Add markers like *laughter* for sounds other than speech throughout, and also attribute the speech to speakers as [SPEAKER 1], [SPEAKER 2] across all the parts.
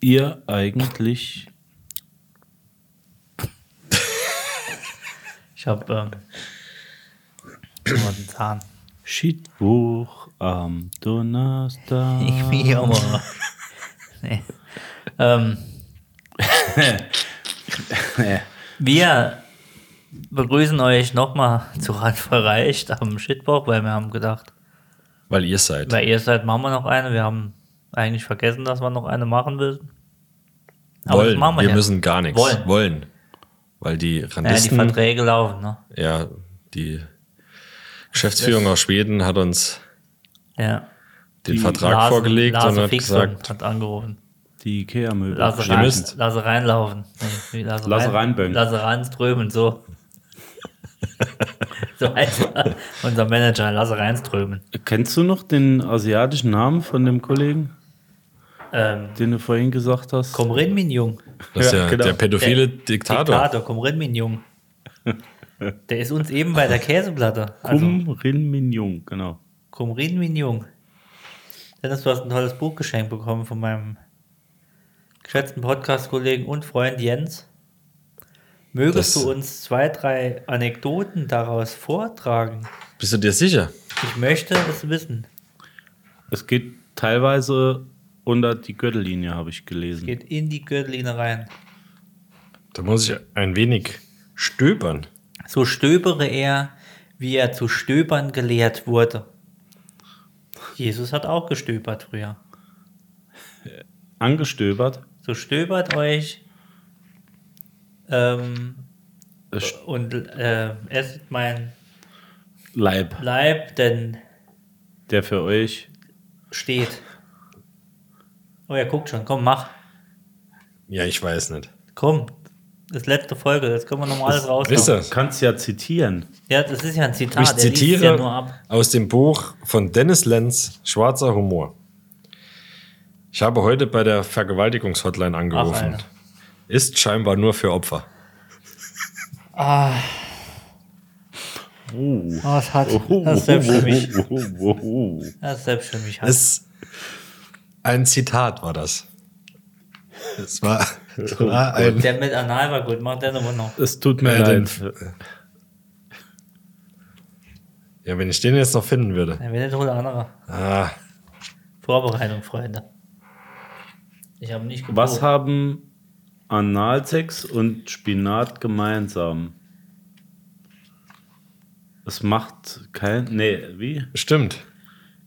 [SPEAKER 1] ihr eigentlich.
[SPEAKER 2] Ich *clears throat* habe ähm, einen Zahn.
[SPEAKER 1] Schiedbuch am Donnerstag.
[SPEAKER 2] Ich bin hier mal. *laughs* Nee. *laughs* Ähm, wir begrüßen euch nochmal zu Radverreicht am Shitbauch, weil wir haben gedacht,
[SPEAKER 3] Weil ihr seid.
[SPEAKER 2] bei ihr seid, machen wir noch eine. Wir haben eigentlich vergessen, dass wir noch eine machen willten. Aber das
[SPEAKER 3] wollen.
[SPEAKER 2] machen wir,
[SPEAKER 3] wir
[SPEAKER 2] jetzt.
[SPEAKER 3] müssen gar nichts.
[SPEAKER 2] Wollen.
[SPEAKER 3] Wollen. Weil die
[SPEAKER 2] Ja, die
[SPEAKER 3] Randisten, ja,
[SPEAKER 2] Verträge laufen, ne?
[SPEAKER 3] die, Geschäftsführung aus Schweden hat uns
[SPEAKER 2] Ja.
[SPEAKER 3] den
[SPEAKER 1] Die
[SPEAKER 3] Vertrag
[SPEAKER 2] Larsen-
[SPEAKER 3] vorgelegt und
[SPEAKER 2] Larsen
[SPEAKER 3] hat
[SPEAKER 2] Fixon
[SPEAKER 3] gesagt,
[SPEAKER 2] hat angerufen.
[SPEAKER 1] Die Ikea-Möbel.
[SPEAKER 2] Lasse,
[SPEAKER 3] Ihr
[SPEAKER 2] rein,
[SPEAKER 3] müsst-
[SPEAKER 2] lasse reinlaufen. Nee, wie lasse,
[SPEAKER 1] Lasse reinböngen.
[SPEAKER 2] Lasse reinströmen,
[SPEAKER 3] *laughs*
[SPEAKER 2] so. so heißt er. unser Manager, lasse reinströmen.
[SPEAKER 1] Kennst du noch den asiatischen Namen von dem Kollegen,
[SPEAKER 2] Ähm,
[SPEAKER 1] den du vorhin gesagt hast?
[SPEAKER 2] komm rein, mein Jung.
[SPEAKER 3] das ist
[SPEAKER 1] Ja,
[SPEAKER 3] ja,
[SPEAKER 1] genau.
[SPEAKER 3] der pädophile
[SPEAKER 2] Der
[SPEAKER 3] Diktator.
[SPEAKER 2] Diktator, komm rein, mein Jung. Der ist uns eben bei der Käseplatte. Also,
[SPEAKER 1] Kum Rin Min Jung, genau.
[SPEAKER 2] komm rein, mein Jung. Dennis, du hast ein tolles Buch geschenkt bekommen von meinem geschätzten Podcast-Kollegen und Freund Jens. Mögest
[SPEAKER 3] Das-
[SPEAKER 2] du uns zwei, drei Anekdoten daraus vortragen?
[SPEAKER 3] Bist du dir sicher?
[SPEAKER 2] Ich möchte es wissen.
[SPEAKER 1] Es geht teilweise unter die Gürtellinie, habe ich gelesen.
[SPEAKER 2] Geht in die Gürtellinie rein.
[SPEAKER 3] Da muss ich ein wenig stöbern.
[SPEAKER 2] So stöbere er, wie er zu stöbern gelehrt wurde. Jesus hat auch gestöbert früher.
[SPEAKER 1] Angestöbert.
[SPEAKER 2] So stöbert euch ähm,
[SPEAKER 1] Es
[SPEAKER 2] und äh, esst mein
[SPEAKER 1] Leib,
[SPEAKER 2] Leib, denn
[SPEAKER 1] der für euch.
[SPEAKER 2] steht. Oh, er guckt schon. Komm, mach.
[SPEAKER 3] Ja, ich weiß nicht.
[SPEAKER 2] Komm. Das ist letzte Folge. Jetzt können wir nochmal alles raus.
[SPEAKER 3] Wisst ihr?
[SPEAKER 1] Du kannst ja zitieren.
[SPEAKER 2] Ja, das ist ja ein Zitat.
[SPEAKER 3] Ich
[SPEAKER 2] er Ah, liest es
[SPEAKER 3] zitiere
[SPEAKER 2] ja nur ab.
[SPEAKER 3] aus dem Buch von Dennis Lenz, Schwarzer Humor. Ich habe heute bei der Vergewaltigungshotline
[SPEAKER 2] Ach,
[SPEAKER 3] angerufen.
[SPEAKER 2] Alter.
[SPEAKER 3] Ist scheinbar nur für Opfer.
[SPEAKER 1] Uh.
[SPEAKER 2] Oh, das hat. Das ist
[SPEAKER 1] oh,
[SPEAKER 2] selbst für mich. Das ist selbst für mich. halt.
[SPEAKER 3] Ist ein Zitat war das. Es war, es war ein.
[SPEAKER 2] Der mit Anal war gut, macht der nochmal noch.
[SPEAKER 1] Es tut mir
[SPEAKER 3] Äh, den-
[SPEAKER 1] leid.
[SPEAKER 3] Ja, wenn ich den jetzt noch finden würde.
[SPEAKER 2] Dann wird jetzt wohl ein anderer.
[SPEAKER 3] Ah,
[SPEAKER 2] Vorbereitung, Freunde. Ich habe nicht geprobt.
[SPEAKER 1] Was haben Analsex und Spinat gemeinsam? Es macht kein. Nee, wie?
[SPEAKER 3] stimmt.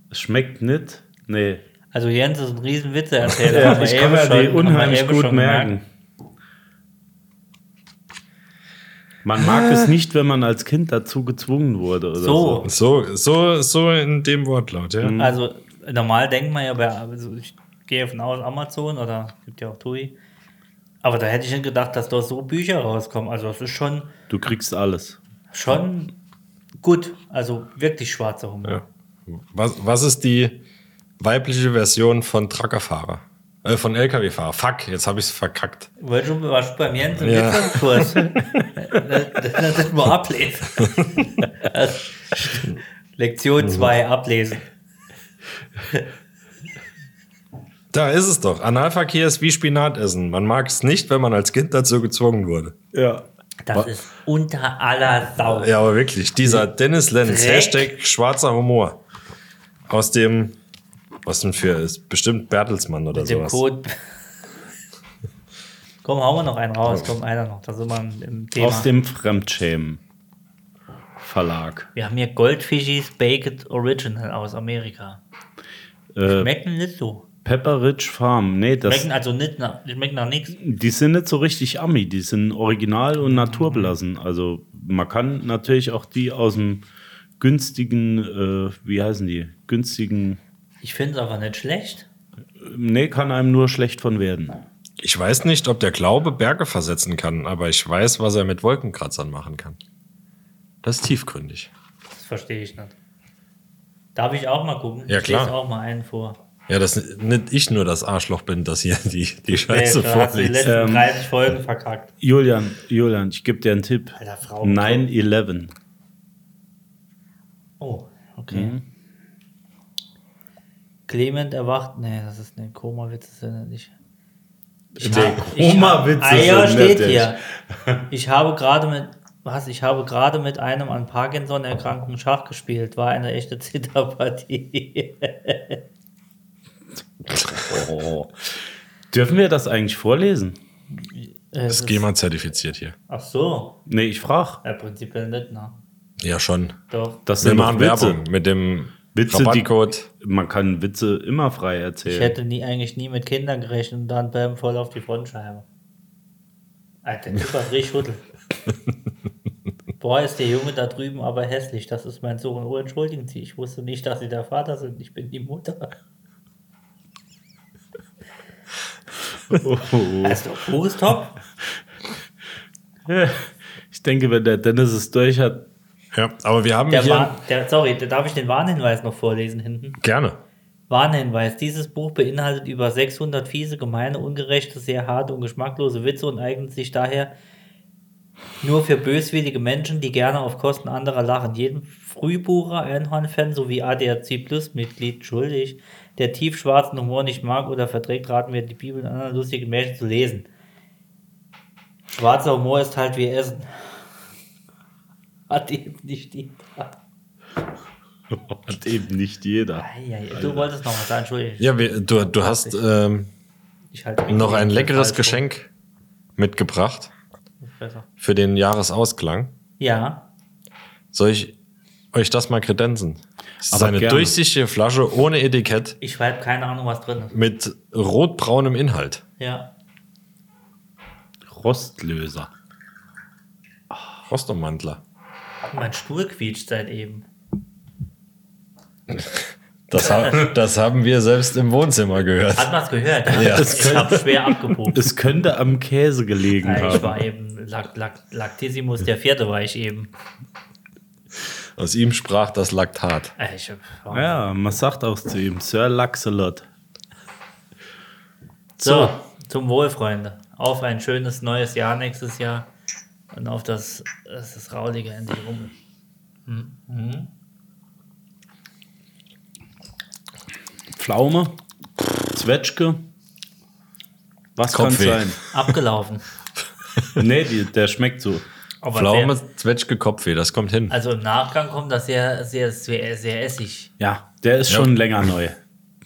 [SPEAKER 1] Es schmeckt nicht? Nee.
[SPEAKER 2] Also Jens ist ein riesen Witzeerzähler. haben wir
[SPEAKER 1] ich
[SPEAKER 2] eben
[SPEAKER 1] kann mir die
[SPEAKER 2] schon-
[SPEAKER 1] unheimlich
[SPEAKER 2] haben wir eben
[SPEAKER 1] gut
[SPEAKER 2] schon
[SPEAKER 1] merken.
[SPEAKER 2] gemerkt.
[SPEAKER 1] Man mag es nicht, wenn man als Kind dazu gezwungen wurde oder so.
[SPEAKER 2] Äh. So.
[SPEAKER 3] So, so, so in dem Wortlaut, ja.
[SPEAKER 2] Also normal denkt man ja bei, also ich gehe von aus Amazon oder gibt ja auch Tui. Aber da hätte ich nicht gedacht, dass da so Bücher rauskommen. Also das ist schon,
[SPEAKER 1] Du kriegst alles.
[SPEAKER 2] schon gut. Also wirklich schwarzer Humor.
[SPEAKER 3] ja. Was, was ist die weibliche Version von Truckerfahrer? Äh, von LKW-Fahrer. Fuck, jetzt habe ich es verkackt.
[SPEAKER 2] Weil du warst beim Jens im
[SPEAKER 1] *laughs*
[SPEAKER 3] Ja.
[SPEAKER 2] Witzkurs. das, das ist nur ablesen. Das,
[SPEAKER 1] Mhm.
[SPEAKER 2] Lektion 2, ablesen.
[SPEAKER 3] Da ist es doch. Analverkehr ist wie Spinat essen. Man mag es nicht, wenn man als Kind dazu gezwungen wurde.
[SPEAKER 1] Ja.
[SPEAKER 2] Das ist unter aller Sau.
[SPEAKER 3] Ja, aber wirklich. Dieser Dennis Lenz,
[SPEAKER 2] Dreck.
[SPEAKER 3] Hashtag schwarzer Humor. Aus dem, was denn für ist? Bestimmt Bertelsmann oder
[SPEAKER 2] Mit dem
[SPEAKER 1] *laughs*
[SPEAKER 3] sowas.
[SPEAKER 2] Code. Komm, hauen wir noch einen raus. Komm, einer noch. Da sind wir im, im Thema.
[SPEAKER 1] Aus dem Fremdschämen Verlag.
[SPEAKER 2] wir haben hier Goldfishies Baked Original aus Amerika.
[SPEAKER 1] Äh,
[SPEAKER 2] Schmecken nicht so.
[SPEAKER 1] Pepper Ridge Farm. Nee, das,
[SPEAKER 2] Schmecken also nicht nach, schmecken nach nichts.
[SPEAKER 1] die sind nicht so richtig Ami. Die sind original und naturbelassen. Also man kann natürlich auch die aus dem günstigen, äh, wie heißen die? Günstigen.
[SPEAKER 2] Ich finde es aber nicht schlecht.
[SPEAKER 1] Nee, kann einem nur schlecht von werden.
[SPEAKER 3] Ich weiß nicht, ob der Glaube Berge versetzen kann, aber ich weiß, was er mit Wolkenkratzern machen kann. Das ist tiefgründig.
[SPEAKER 2] Das verstehe ich nicht. Darf ich auch mal gucken?
[SPEAKER 3] Ja,
[SPEAKER 2] ich lese
[SPEAKER 3] klar.
[SPEAKER 2] auch mal einen vor.
[SPEAKER 3] Ja, dass nicht ich nur das Arschloch bin, das hier die, die Scheiße
[SPEAKER 2] Nee, da hast du die
[SPEAKER 3] vorliegt.
[SPEAKER 2] letzten
[SPEAKER 1] Ähm.
[SPEAKER 2] 30 Folgen verkackt.
[SPEAKER 1] Julian, Julian, ich gebe dir einen Tipp.
[SPEAKER 2] Alter, Frau.
[SPEAKER 1] 9-11.
[SPEAKER 2] Oh, okay. Clement erwacht. Nee, das ist eine Koma-Witz, das ist ja nicht. Ich
[SPEAKER 1] Der
[SPEAKER 2] hab- ich
[SPEAKER 1] Koma-Witz
[SPEAKER 2] hab-
[SPEAKER 1] ist
[SPEAKER 2] Eier
[SPEAKER 1] so
[SPEAKER 2] steht
[SPEAKER 1] nett,
[SPEAKER 2] hier. Ich habe gerade mit was? Ich habe gerade mit einem an Parkinson erkrankten Schach gespielt. War eine echte Zitterpartie. *laughs* Oh.
[SPEAKER 1] *laughs* Dürfen wir das eigentlich vorlesen?
[SPEAKER 3] Ist GEMA zertifiziert hier.
[SPEAKER 2] Ach so,
[SPEAKER 1] Nee, ich frage.
[SPEAKER 2] ja, prinzipiell nicht, ne?
[SPEAKER 3] Ja, schon.
[SPEAKER 2] Doch.
[SPEAKER 1] Das
[SPEAKER 3] Wir
[SPEAKER 1] sind
[SPEAKER 3] machen
[SPEAKER 1] doch Witze.
[SPEAKER 3] Werbung mit dem
[SPEAKER 1] Witze, die-
[SPEAKER 3] Rabattcode.
[SPEAKER 1] Man kann Witze immer frei
[SPEAKER 2] Ich
[SPEAKER 1] erzählen.
[SPEAKER 2] hätte nie, eigentlich nie mit Kindern gerechnet und dann bam, voll auf die Frontscheibe. Alter, super Riechschüttel. Boah, ist der Junge da drüben aber hässlich. Das ist mein Sohn. Oh, entschuldigen Sie, ich wusste nicht, dass Sie der Vater sind. Ich bin die Mutter. Das ist doch pures Also, Top.
[SPEAKER 1] *laughs* Ich denke, wenn der Dennis es durch hat, *laughs*
[SPEAKER 3] Ja, aber wir haben
[SPEAKER 2] Der
[SPEAKER 3] hier.
[SPEAKER 2] Warn, der, sorry, da darf ich den Warnhinweis noch vorlesen hinten.
[SPEAKER 3] Gerne.
[SPEAKER 2] Warnhinweis: Dieses Buch beinhaltet über 600 fiese, gemeine, ungerechte, sehr harte und geschmacklose Witze und eignet sich daher nur für böswillige Menschen, die gerne auf Kosten anderer lachen. Jedem Frühbucher, Einhorn-Fan sowie ADAC-Plus-Mitglied schuldig, der tiefschwarzen Humor nicht mag oder verträgt, raten wir, die Bibel und anderen lustigen Märchen zu lesen. Schwarzer Humor ist halt wie Essen. *laughs* Hat eben nicht die.
[SPEAKER 1] hat eben nicht jeder.
[SPEAKER 2] Eieiei, Du wolltest noch was sagen, Entschuldigung.
[SPEAKER 3] Ja, wir, du, du hast ähm,
[SPEAKER 2] Ich halte mich
[SPEAKER 3] noch
[SPEAKER 2] hier
[SPEAKER 3] ein
[SPEAKER 2] nicht
[SPEAKER 3] leckeres
[SPEAKER 2] falsch
[SPEAKER 3] Geschenk
[SPEAKER 2] vor.
[SPEAKER 3] mitgebracht
[SPEAKER 2] Besser.
[SPEAKER 3] für den Jahresausklang.
[SPEAKER 2] Ja,
[SPEAKER 3] Soll ich euch das mal kredenzen? Es ist
[SPEAKER 1] Aber
[SPEAKER 3] eine
[SPEAKER 1] gerne.
[SPEAKER 3] durchsichtige Flasche ohne Etikett
[SPEAKER 2] ich habe keine Ahnung, was drin ist.
[SPEAKER 3] mit rotbraunem Inhalt.
[SPEAKER 2] Ja.
[SPEAKER 1] Rostlöser.
[SPEAKER 3] Rostomantler.
[SPEAKER 2] Mein Stuhl quietscht seit eben.
[SPEAKER 1] *laughs*
[SPEAKER 3] Das, ha das haben wir selbst im Wohnzimmer gehört.
[SPEAKER 2] Hat man es gehört?
[SPEAKER 3] Ja.
[SPEAKER 2] Ich habe schwer
[SPEAKER 3] *laughs*
[SPEAKER 2] abgepumpt.
[SPEAKER 1] Es könnte am Käse gelegen
[SPEAKER 2] Ich war
[SPEAKER 1] haben.
[SPEAKER 2] eben Lact Lact Lactissimus, der vierte war ich eben.
[SPEAKER 3] Aus ihm sprach das Laktat.
[SPEAKER 2] Äh, Ich hab,
[SPEAKER 1] Ja, man sagt auch zu ihm, Sir Laxalot.
[SPEAKER 2] So, zum Wohl, Freunde. Auf ein schönes neues Jahr nächstes Jahr und auf das, dass das Raulige endlich rum. ist.
[SPEAKER 1] Pflaume, Zwetschge. Was kann
[SPEAKER 3] Kopfweh.
[SPEAKER 1] sein?
[SPEAKER 3] *laughs*
[SPEAKER 2] Abgelaufen.
[SPEAKER 1] Nee, die, der schmeckt so.
[SPEAKER 2] Aber
[SPEAKER 3] Pflaume,
[SPEAKER 2] Sehr,
[SPEAKER 3] Zwetschge, Kopfweh, das kommt hin.
[SPEAKER 2] also im Nachgang kommt das sehr, sehr, sehr, sehr essig.
[SPEAKER 1] Ja, der ist schon länger neu.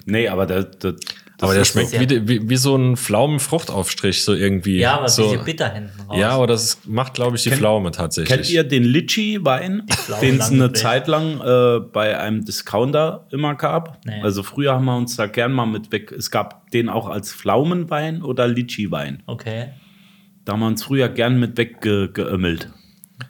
[SPEAKER 1] Nee, aber der, der, das
[SPEAKER 3] Aber der
[SPEAKER 1] ist
[SPEAKER 3] schmeckt
[SPEAKER 2] sehr-
[SPEAKER 3] wie, de- wie, wie so ein Pflaumenfruchtaufstrich, so irgendwie.
[SPEAKER 2] Ja, aber ein
[SPEAKER 3] so,
[SPEAKER 2] bisschen bitter hinten raus.
[SPEAKER 3] Ja, aber das ist, macht, glaube ich, die Pflaume
[SPEAKER 1] So. Kennt
[SPEAKER 3] tatsächlich.
[SPEAKER 1] ihr den Litchi-Wein,
[SPEAKER 2] Pflaume
[SPEAKER 1] den es eine
[SPEAKER 2] landet
[SPEAKER 1] Zeit lang äh, bei einem Discounter immer gab?
[SPEAKER 2] Nee.
[SPEAKER 1] Also früher haben wir uns da gern mal mit weg. Es gab den auch als Pflaumenwein oder Litchi-Wein.
[SPEAKER 2] Okay.
[SPEAKER 1] Da haben wir uns früher gern mit weggeömmelt.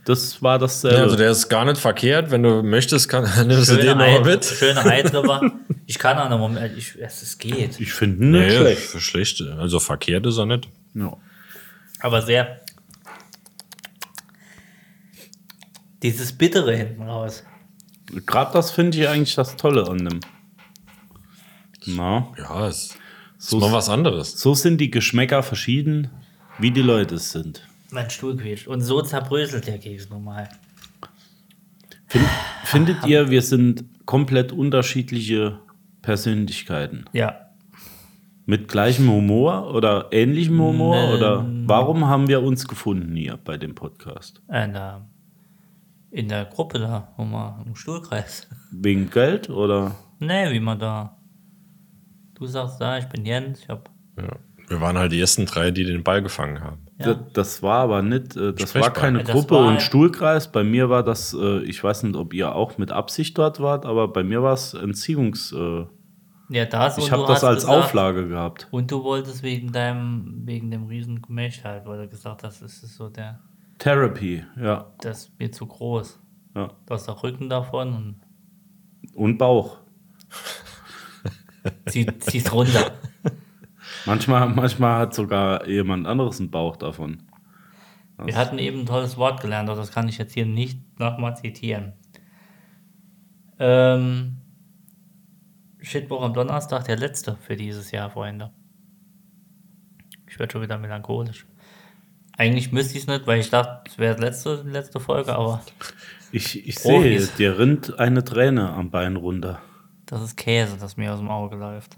[SPEAKER 1] Das war das. Äh,
[SPEAKER 3] ja, also der ist gar nicht verkehrt. Wenn du möchtest, kann, *laughs* nimmst du den
[SPEAKER 2] Schöne,
[SPEAKER 3] noch
[SPEAKER 2] Ei,
[SPEAKER 3] mit.
[SPEAKER 2] schöne
[SPEAKER 1] *laughs*
[SPEAKER 2] Eitripper. Ich kann auch noch Moment. Ich, es, es geht.
[SPEAKER 1] ich finde nicht schlecht.
[SPEAKER 3] schlecht. Also verkehrt ist er nicht.
[SPEAKER 1] Ja.
[SPEAKER 2] Aber sehr. Dieses Bittere hinten raus.
[SPEAKER 1] Gerade das finde ich eigentlich das Tolle an dem. Na,
[SPEAKER 3] Ja, ist,
[SPEAKER 1] so,
[SPEAKER 3] ist mal was anderes.
[SPEAKER 1] so sind die Geschmäcker verschieden, wie die Leute es sind.
[SPEAKER 2] Mein Stuhl quietscht. Und so zerbröselt der Keks normal.
[SPEAKER 1] Findet ihr, wir sind komplett unterschiedliche Persönlichkeiten?
[SPEAKER 2] Ja.
[SPEAKER 1] Mit gleichem Humor oder ähnlichem Humor? Oder warum haben wir uns gefunden hier bei dem Podcast?
[SPEAKER 2] In der, in der Gruppe da, wo man im Stuhlkreis. *laughs*
[SPEAKER 1] Wegen Geld oder?
[SPEAKER 2] Nee, wie man da. Du sagst da, ich bin Jens, ich hab.
[SPEAKER 3] Ja. Wir waren halt die ersten drei, die den Ball gefangen haben.
[SPEAKER 2] Ja.
[SPEAKER 1] Das, das war aber nicht, äh, das war
[SPEAKER 3] Sprechbar.
[SPEAKER 1] keine
[SPEAKER 2] Das
[SPEAKER 1] Gruppe
[SPEAKER 2] war-
[SPEAKER 1] und Stuhlkreis. Bei mir war das, äh, ich weiß nicht, ob ihr auch mit Absicht dort wart, aber bei mir war es Entziehungs. Äh,
[SPEAKER 2] Ja, das und
[SPEAKER 1] ich
[SPEAKER 2] Oh, du
[SPEAKER 1] habe das
[SPEAKER 2] hast
[SPEAKER 1] als
[SPEAKER 2] gesagt-
[SPEAKER 1] Auflage gehabt.
[SPEAKER 2] Und du wolltest wegen deinem, wegen dem riesen Gemächt halt, weil du gesagt hast, es ist so der,
[SPEAKER 1] Therapy, ja.
[SPEAKER 2] das ist mir zu groß.
[SPEAKER 1] ja.
[SPEAKER 2] Du hast auch Rücken davon und
[SPEAKER 1] Und Bauch.
[SPEAKER 2] zieht, *laughs* ziehst runter.
[SPEAKER 1] Manchmal, *laughs* manchmal hat sogar jemand anderes einen Bauch davon.
[SPEAKER 2] Wir hatten eben ein tolles Wort gelernt, aber das kann ich jetzt hier nicht nochmal zitieren. Ähm, Shitbuch am Donnerstag, der letzte für dieses Jahr, Freunde. Ich werde schon wieder melancholisch. Eigentlich müsste ich es nicht, weil ich dachte, es wäre die letzte, letzte Folge, aber
[SPEAKER 1] Ich, ich sehe,
[SPEAKER 2] Profis.
[SPEAKER 1] dir rinnt eine Träne am Bein runter.
[SPEAKER 2] das ist Käse, das mir aus dem Auge läuft.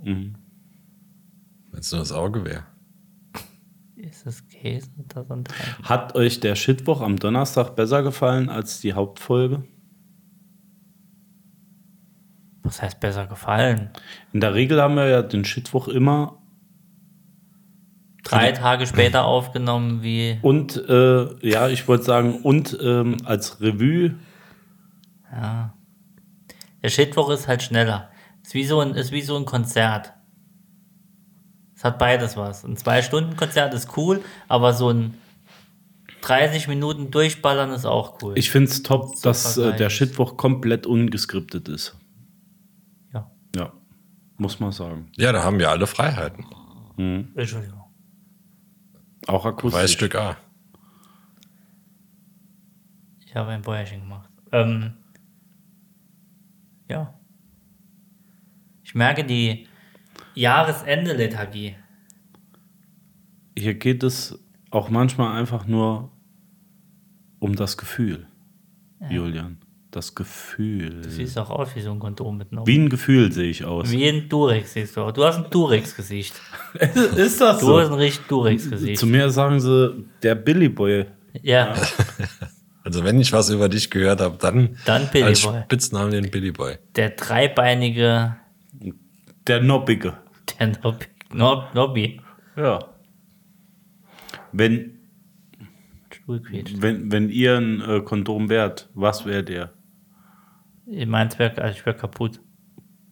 [SPEAKER 3] Wenn es nur das Auge wäre.
[SPEAKER 2] Ist es Käse? Das und das?
[SPEAKER 1] Hat euch der Shitwoch am Donnerstag besser gefallen als die Hauptfolge?
[SPEAKER 2] Was heißt besser gefallen?
[SPEAKER 1] In der Regel haben wir ja den Shitwoch immer
[SPEAKER 2] Drei Tage später aufgenommen wie.
[SPEAKER 1] und, äh, ja, ich wollte sagen, und ähm, als Revue.
[SPEAKER 2] Ja. Der Shitwoch ist halt schneller. Ist wie so ein, ist wie so ein Konzert. Es hat beides was. Ein Zwei-Stunden-Konzert ist cool, aber so ein 30 Minuten durchballern ist auch cool.
[SPEAKER 1] Ich finde es top,
[SPEAKER 2] Super
[SPEAKER 1] dass äh, der
[SPEAKER 2] geil.
[SPEAKER 1] Shitwoch komplett ungeskriptet ist.
[SPEAKER 2] ja.
[SPEAKER 1] Ja, muss man sagen.
[SPEAKER 3] Ja, da haben wir alle Freiheiten.
[SPEAKER 2] Entschuldigung.
[SPEAKER 1] Auch akustisch.
[SPEAKER 3] Weiß Stück A.
[SPEAKER 2] Ich habe ein Bäuerchen gemacht. Ähm, ja. Ich merke die Jahresende-Lethargie.
[SPEAKER 1] Mhm. Hier geht es auch manchmal einfach nur um das Gefühl, Julian. Das Gefühl.
[SPEAKER 2] Du siehst auch aus wie so ein Kondom mit einem.
[SPEAKER 1] Wie ein Gefühl sehe ich aus.
[SPEAKER 2] Wie ein Durex siehst du aus. Du hast ein Durex-Gesicht.
[SPEAKER 1] *laughs* Ist das
[SPEAKER 2] Du hast ein richtig Durex-Gesicht.
[SPEAKER 1] Zu mir sagen sie, der Billy Boy.
[SPEAKER 2] Ja,
[SPEAKER 3] Also wenn ich was über dich gehört habe, dann,
[SPEAKER 2] Dann Billy
[SPEAKER 3] als
[SPEAKER 2] Boy.
[SPEAKER 3] Spitznamen den Billy Boy.
[SPEAKER 2] der dreibeinige,
[SPEAKER 1] Der Noppige.
[SPEAKER 2] der Nobby. Nob, Nobby.
[SPEAKER 1] Ja. Wenn,
[SPEAKER 2] Stuhl quietscht.
[SPEAKER 1] wenn, wenn ihr ein äh, Kondom wärt, was wäre der?
[SPEAKER 2] In Mainz wäre also ich wär kaputt.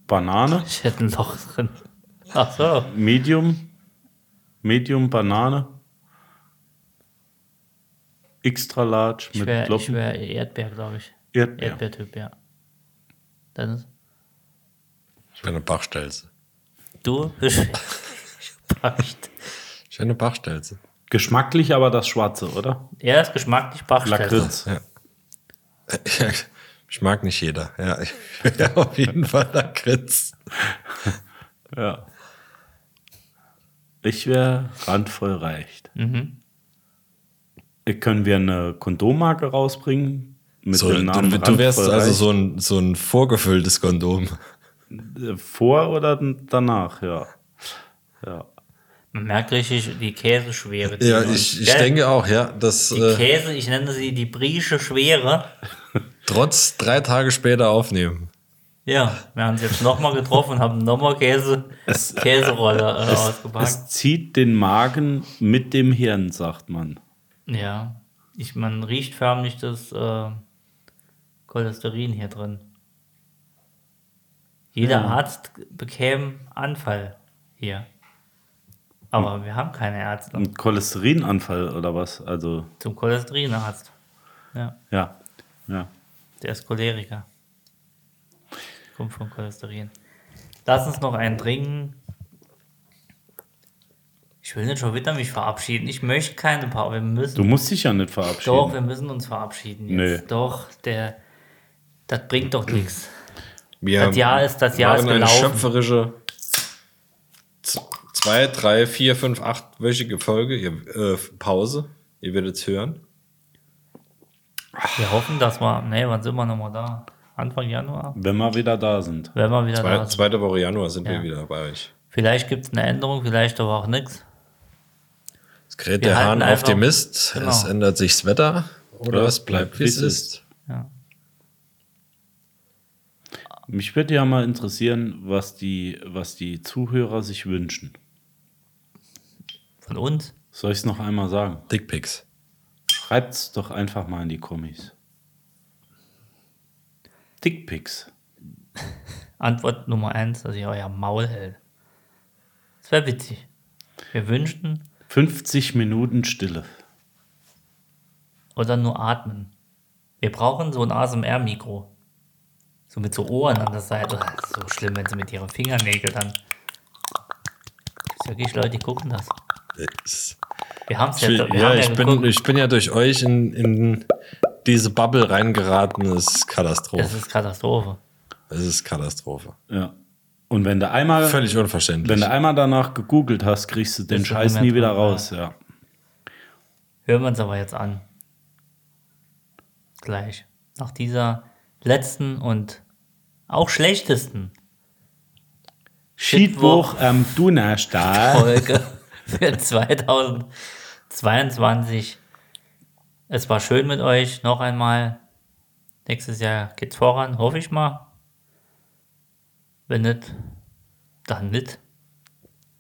[SPEAKER 1] Banane?
[SPEAKER 2] Ich hätte ein Loch drin. Ach so.
[SPEAKER 1] Medium? Medium Banane? Extra large
[SPEAKER 2] Ich
[SPEAKER 1] mit
[SPEAKER 2] wäre
[SPEAKER 1] Locken?
[SPEAKER 2] wär Erdbeer, glaube ich.
[SPEAKER 1] Erdbeer.
[SPEAKER 2] Erdbeertyp, ja. Dann ist
[SPEAKER 3] Ich bin eine Bachstelze.
[SPEAKER 2] du *laughs* beschwert.
[SPEAKER 3] Ich bin eine Bachstelze. *laughs*
[SPEAKER 1] Geschmacklich aber das Schwarze, oder?
[SPEAKER 2] er ist geschmacklich Bachstelze.
[SPEAKER 1] Lakritz.
[SPEAKER 3] Ja, ich mag nicht jeder. Ja, ich *laughs* wäre auf jeden Fall Lakritz.
[SPEAKER 1] Ja. Ich wäre randvoll reicht.
[SPEAKER 2] Mhm.
[SPEAKER 1] Können wir eine Kondommarke rausbringen? Mit
[SPEAKER 3] So,
[SPEAKER 1] dem Namen
[SPEAKER 3] du, du wärst
[SPEAKER 1] Randvoll
[SPEAKER 3] also
[SPEAKER 1] Reicht?
[SPEAKER 3] so ein, so ein vorgefülltes Kondom.
[SPEAKER 1] Vor oder n- danach, ja. ja.
[SPEAKER 2] Man merkt richtig die Käseschwere. die
[SPEAKER 3] Ja,
[SPEAKER 2] man-
[SPEAKER 3] ich, ich
[SPEAKER 2] Gell?
[SPEAKER 3] denke auch, ja, dass
[SPEAKER 2] Die
[SPEAKER 3] äh,
[SPEAKER 2] Käse, ich nenne sie die Briesche Schwere.
[SPEAKER 3] trotz drei Tage später aufnehmen.
[SPEAKER 2] Ja, wir haben sie jetzt nochmal getroffen und haben nochmal Käse, Käserolle äh, ausgepackt.
[SPEAKER 1] Es zieht den Magen mit dem Hirn, sagt man.
[SPEAKER 2] ja, ich, man riecht förmlich das äh, Cholesterin hier drin. Jeder Arzt bekäme Anfall hier. Aber wir haben keine Ärzte.
[SPEAKER 1] Ein Cholesterinanfall oder was? Also,
[SPEAKER 2] Zum Cholesterinarzt. Ja,
[SPEAKER 1] ja. ja.
[SPEAKER 2] der ist Choleriker. Kommt von Cholesterin. Lass uns noch einen trinken. Ich will nicht schon wieder mich verabschieden. Ich möchte keine Pause. Wir müssen.
[SPEAKER 1] Du musst dich ja nicht verabschieden.
[SPEAKER 2] Doch, wir müssen uns verabschieden jetzt.
[SPEAKER 1] Nee.
[SPEAKER 2] Doch, der. Das bringt doch nichts.
[SPEAKER 3] Wir
[SPEAKER 2] Das Jahr ist- das Jahr
[SPEAKER 3] machen
[SPEAKER 2] ist
[SPEAKER 3] eine
[SPEAKER 2] gelaufen.
[SPEAKER 3] schöpferische z- zwei, drei, vier, fünf, achtwöchige Folge, ihr, äh, Pause. Ihr werdet es hören.
[SPEAKER 2] Wir hoffen, dass wir. Nee, wann sind wir nochmal da? Anfang Januar?
[SPEAKER 1] Wenn wir wieder da sind.
[SPEAKER 2] Wenn wir wieder
[SPEAKER 3] Zwei,
[SPEAKER 2] da sind.
[SPEAKER 3] Zweite Woche Januar sind
[SPEAKER 2] Ja.
[SPEAKER 3] wir wieder bei euch.
[SPEAKER 2] Vielleicht gibt es eine Änderung, vielleicht aber auch nichts.
[SPEAKER 3] Es kräht
[SPEAKER 2] Wir
[SPEAKER 3] der
[SPEAKER 2] halten
[SPEAKER 3] Hahn auf
[SPEAKER 2] einfach-
[SPEAKER 3] den Mist,
[SPEAKER 2] Genau.
[SPEAKER 3] es ändert sich das Wetter oder
[SPEAKER 1] Ja,
[SPEAKER 3] es bleibt, wie es ist.
[SPEAKER 2] Ja.
[SPEAKER 1] Mich würde ja mal interessieren, was die, was die Zuhörer sich wünschen.
[SPEAKER 2] Von uns.
[SPEAKER 1] Soll ich es noch einmal sagen?
[SPEAKER 3] Dickpics.
[SPEAKER 1] Schreibt's doch einfach mal in die Kommis. Dickpics.
[SPEAKER 2] Antwort Nummer eins, dass ihr euer Maul hält. Das wäre witzig. Wir wünschten
[SPEAKER 1] 50 Minuten Stille.
[SPEAKER 2] oder nur atmen. Wir brauchen so ein ASMR-Mikro. So mit so Ohren an der Seite. Das ist so schlimm, wenn sie mit ihren Fingernägeln dann. Es wirklich Leute, die gucken das. Wir haben es ja,
[SPEAKER 3] Ich,
[SPEAKER 2] wir
[SPEAKER 3] ja,
[SPEAKER 2] haben
[SPEAKER 3] ich bin,
[SPEAKER 2] geguckt.
[SPEAKER 3] ich bin ja durch euch in, in diese Bubble reingeraten. Es ist
[SPEAKER 2] Das
[SPEAKER 3] Katastrophe.
[SPEAKER 2] ist Katastrophe.
[SPEAKER 3] Es ist Katastrophe.
[SPEAKER 1] Ja. Und wenn du einmal,
[SPEAKER 3] Völlig
[SPEAKER 1] wenn
[SPEAKER 3] unverständlich.
[SPEAKER 1] du einmal danach gegoogelt hast, kriegst du den
[SPEAKER 2] Bist du
[SPEAKER 1] Scheiß
[SPEAKER 2] nicht mehr
[SPEAKER 1] nie wieder
[SPEAKER 2] dran,
[SPEAKER 1] raus. Ja.
[SPEAKER 2] Hören wir uns aber jetzt an. Gleich. Nach dieser letzten und auch schlechtesten *laughs*
[SPEAKER 3] Ah.
[SPEAKER 1] Schiedwoch am Donnerstag.
[SPEAKER 3] *laughs*
[SPEAKER 2] Folge für 2022. Es war schön mit euch. Noch einmal. Nächstes Jahr geht's voran, hoffe ich mal. Wenn nicht, dann nicht.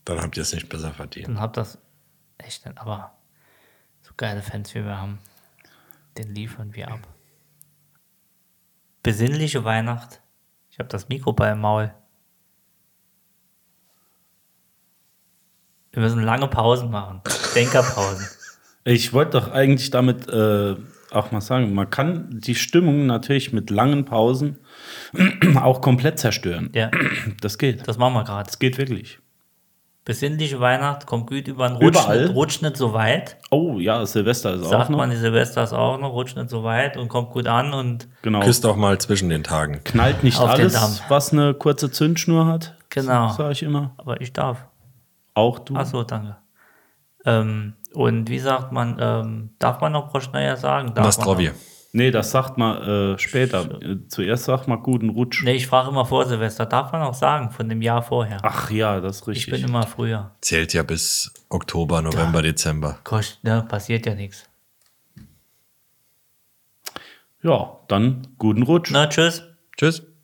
[SPEAKER 3] Dann habt ihr es nicht besser verdient.
[SPEAKER 2] Dann habt das echt nicht. Aber so geile Fans wie wir haben, den liefern wir ab. Besinnliche Weihnacht. Ich habe das Mikro beim Maul. Wir müssen lange Pausen machen. Denkerpausen.
[SPEAKER 1] Ich wollte doch eigentlich damit äh, auch mal sagen, man kann die Stimmung natürlich mit langen Pausen *clears throat* auch komplett zerstören.
[SPEAKER 2] Ja,
[SPEAKER 1] Das geht.
[SPEAKER 2] das machen wir gerade.
[SPEAKER 1] Das geht wirklich.
[SPEAKER 2] Besinnliche Weihnacht kommt gut über den Rutsch,
[SPEAKER 1] Überall.
[SPEAKER 2] nicht- rutscht nicht so weit.
[SPEAKER 1] Oh ja, Silvester ist auch
[SPEAKER 2] Sagt
[SPEAKER 1] noch.
[SPEAKER 2] man, die Silvester ist auch noch, rutscht nicht so weit und kommt gut an und
[SPEAKER 1] Genau.
[SPEAKER 3] Küsst auch mal zwischen den Tagen.
[SPEAKER 1] Knallt nicht
[SPEAKER 2] Auf den
[SPEAKER 1] alles,
[SPEAKER 2] Damm.
[SPEAKER 1] was eine kurze Zündschnur hat.
[SPEAKER 2] Genau.
[SPEAKER 1] Sag ich immer.
[SPEAKER 2] aber ich darf.
[SPEAKER 1] Auch du.
[SPEAKER 2] Achso, danke. Ähm, und wie sagt man, ähm, darf man noch Proschneier sagen? Darf man
[SPEAKER 3] Mastrovier.
[SPEAKER 2] noch?
[SPEAKER 1] Nee, das sagt man äh, später. Äh, Zuerst sagt man guten Rutsch.
[SPEAKER 2] Nee, ich frage immer vor Silvester, darf man auch sagen von dem Jahr vorher?
[SPEAKER 1] Ach ja, das ist
[SPEAKER 2] Ah, ich
[SPEAKER 1] richtig.
[SPEAKER 2] bin immer früher.
[SPEAKER 3] Zählt ja bis Oktober, November, Dezember.
[SPEAKER 2] Kost, ne, passiert ja nichts.
[SPEAKER 1] ja, dann guten Rutsch.
[SPEAKER 2] Na, tschüss.
[SPEAKER 3] Tschüss.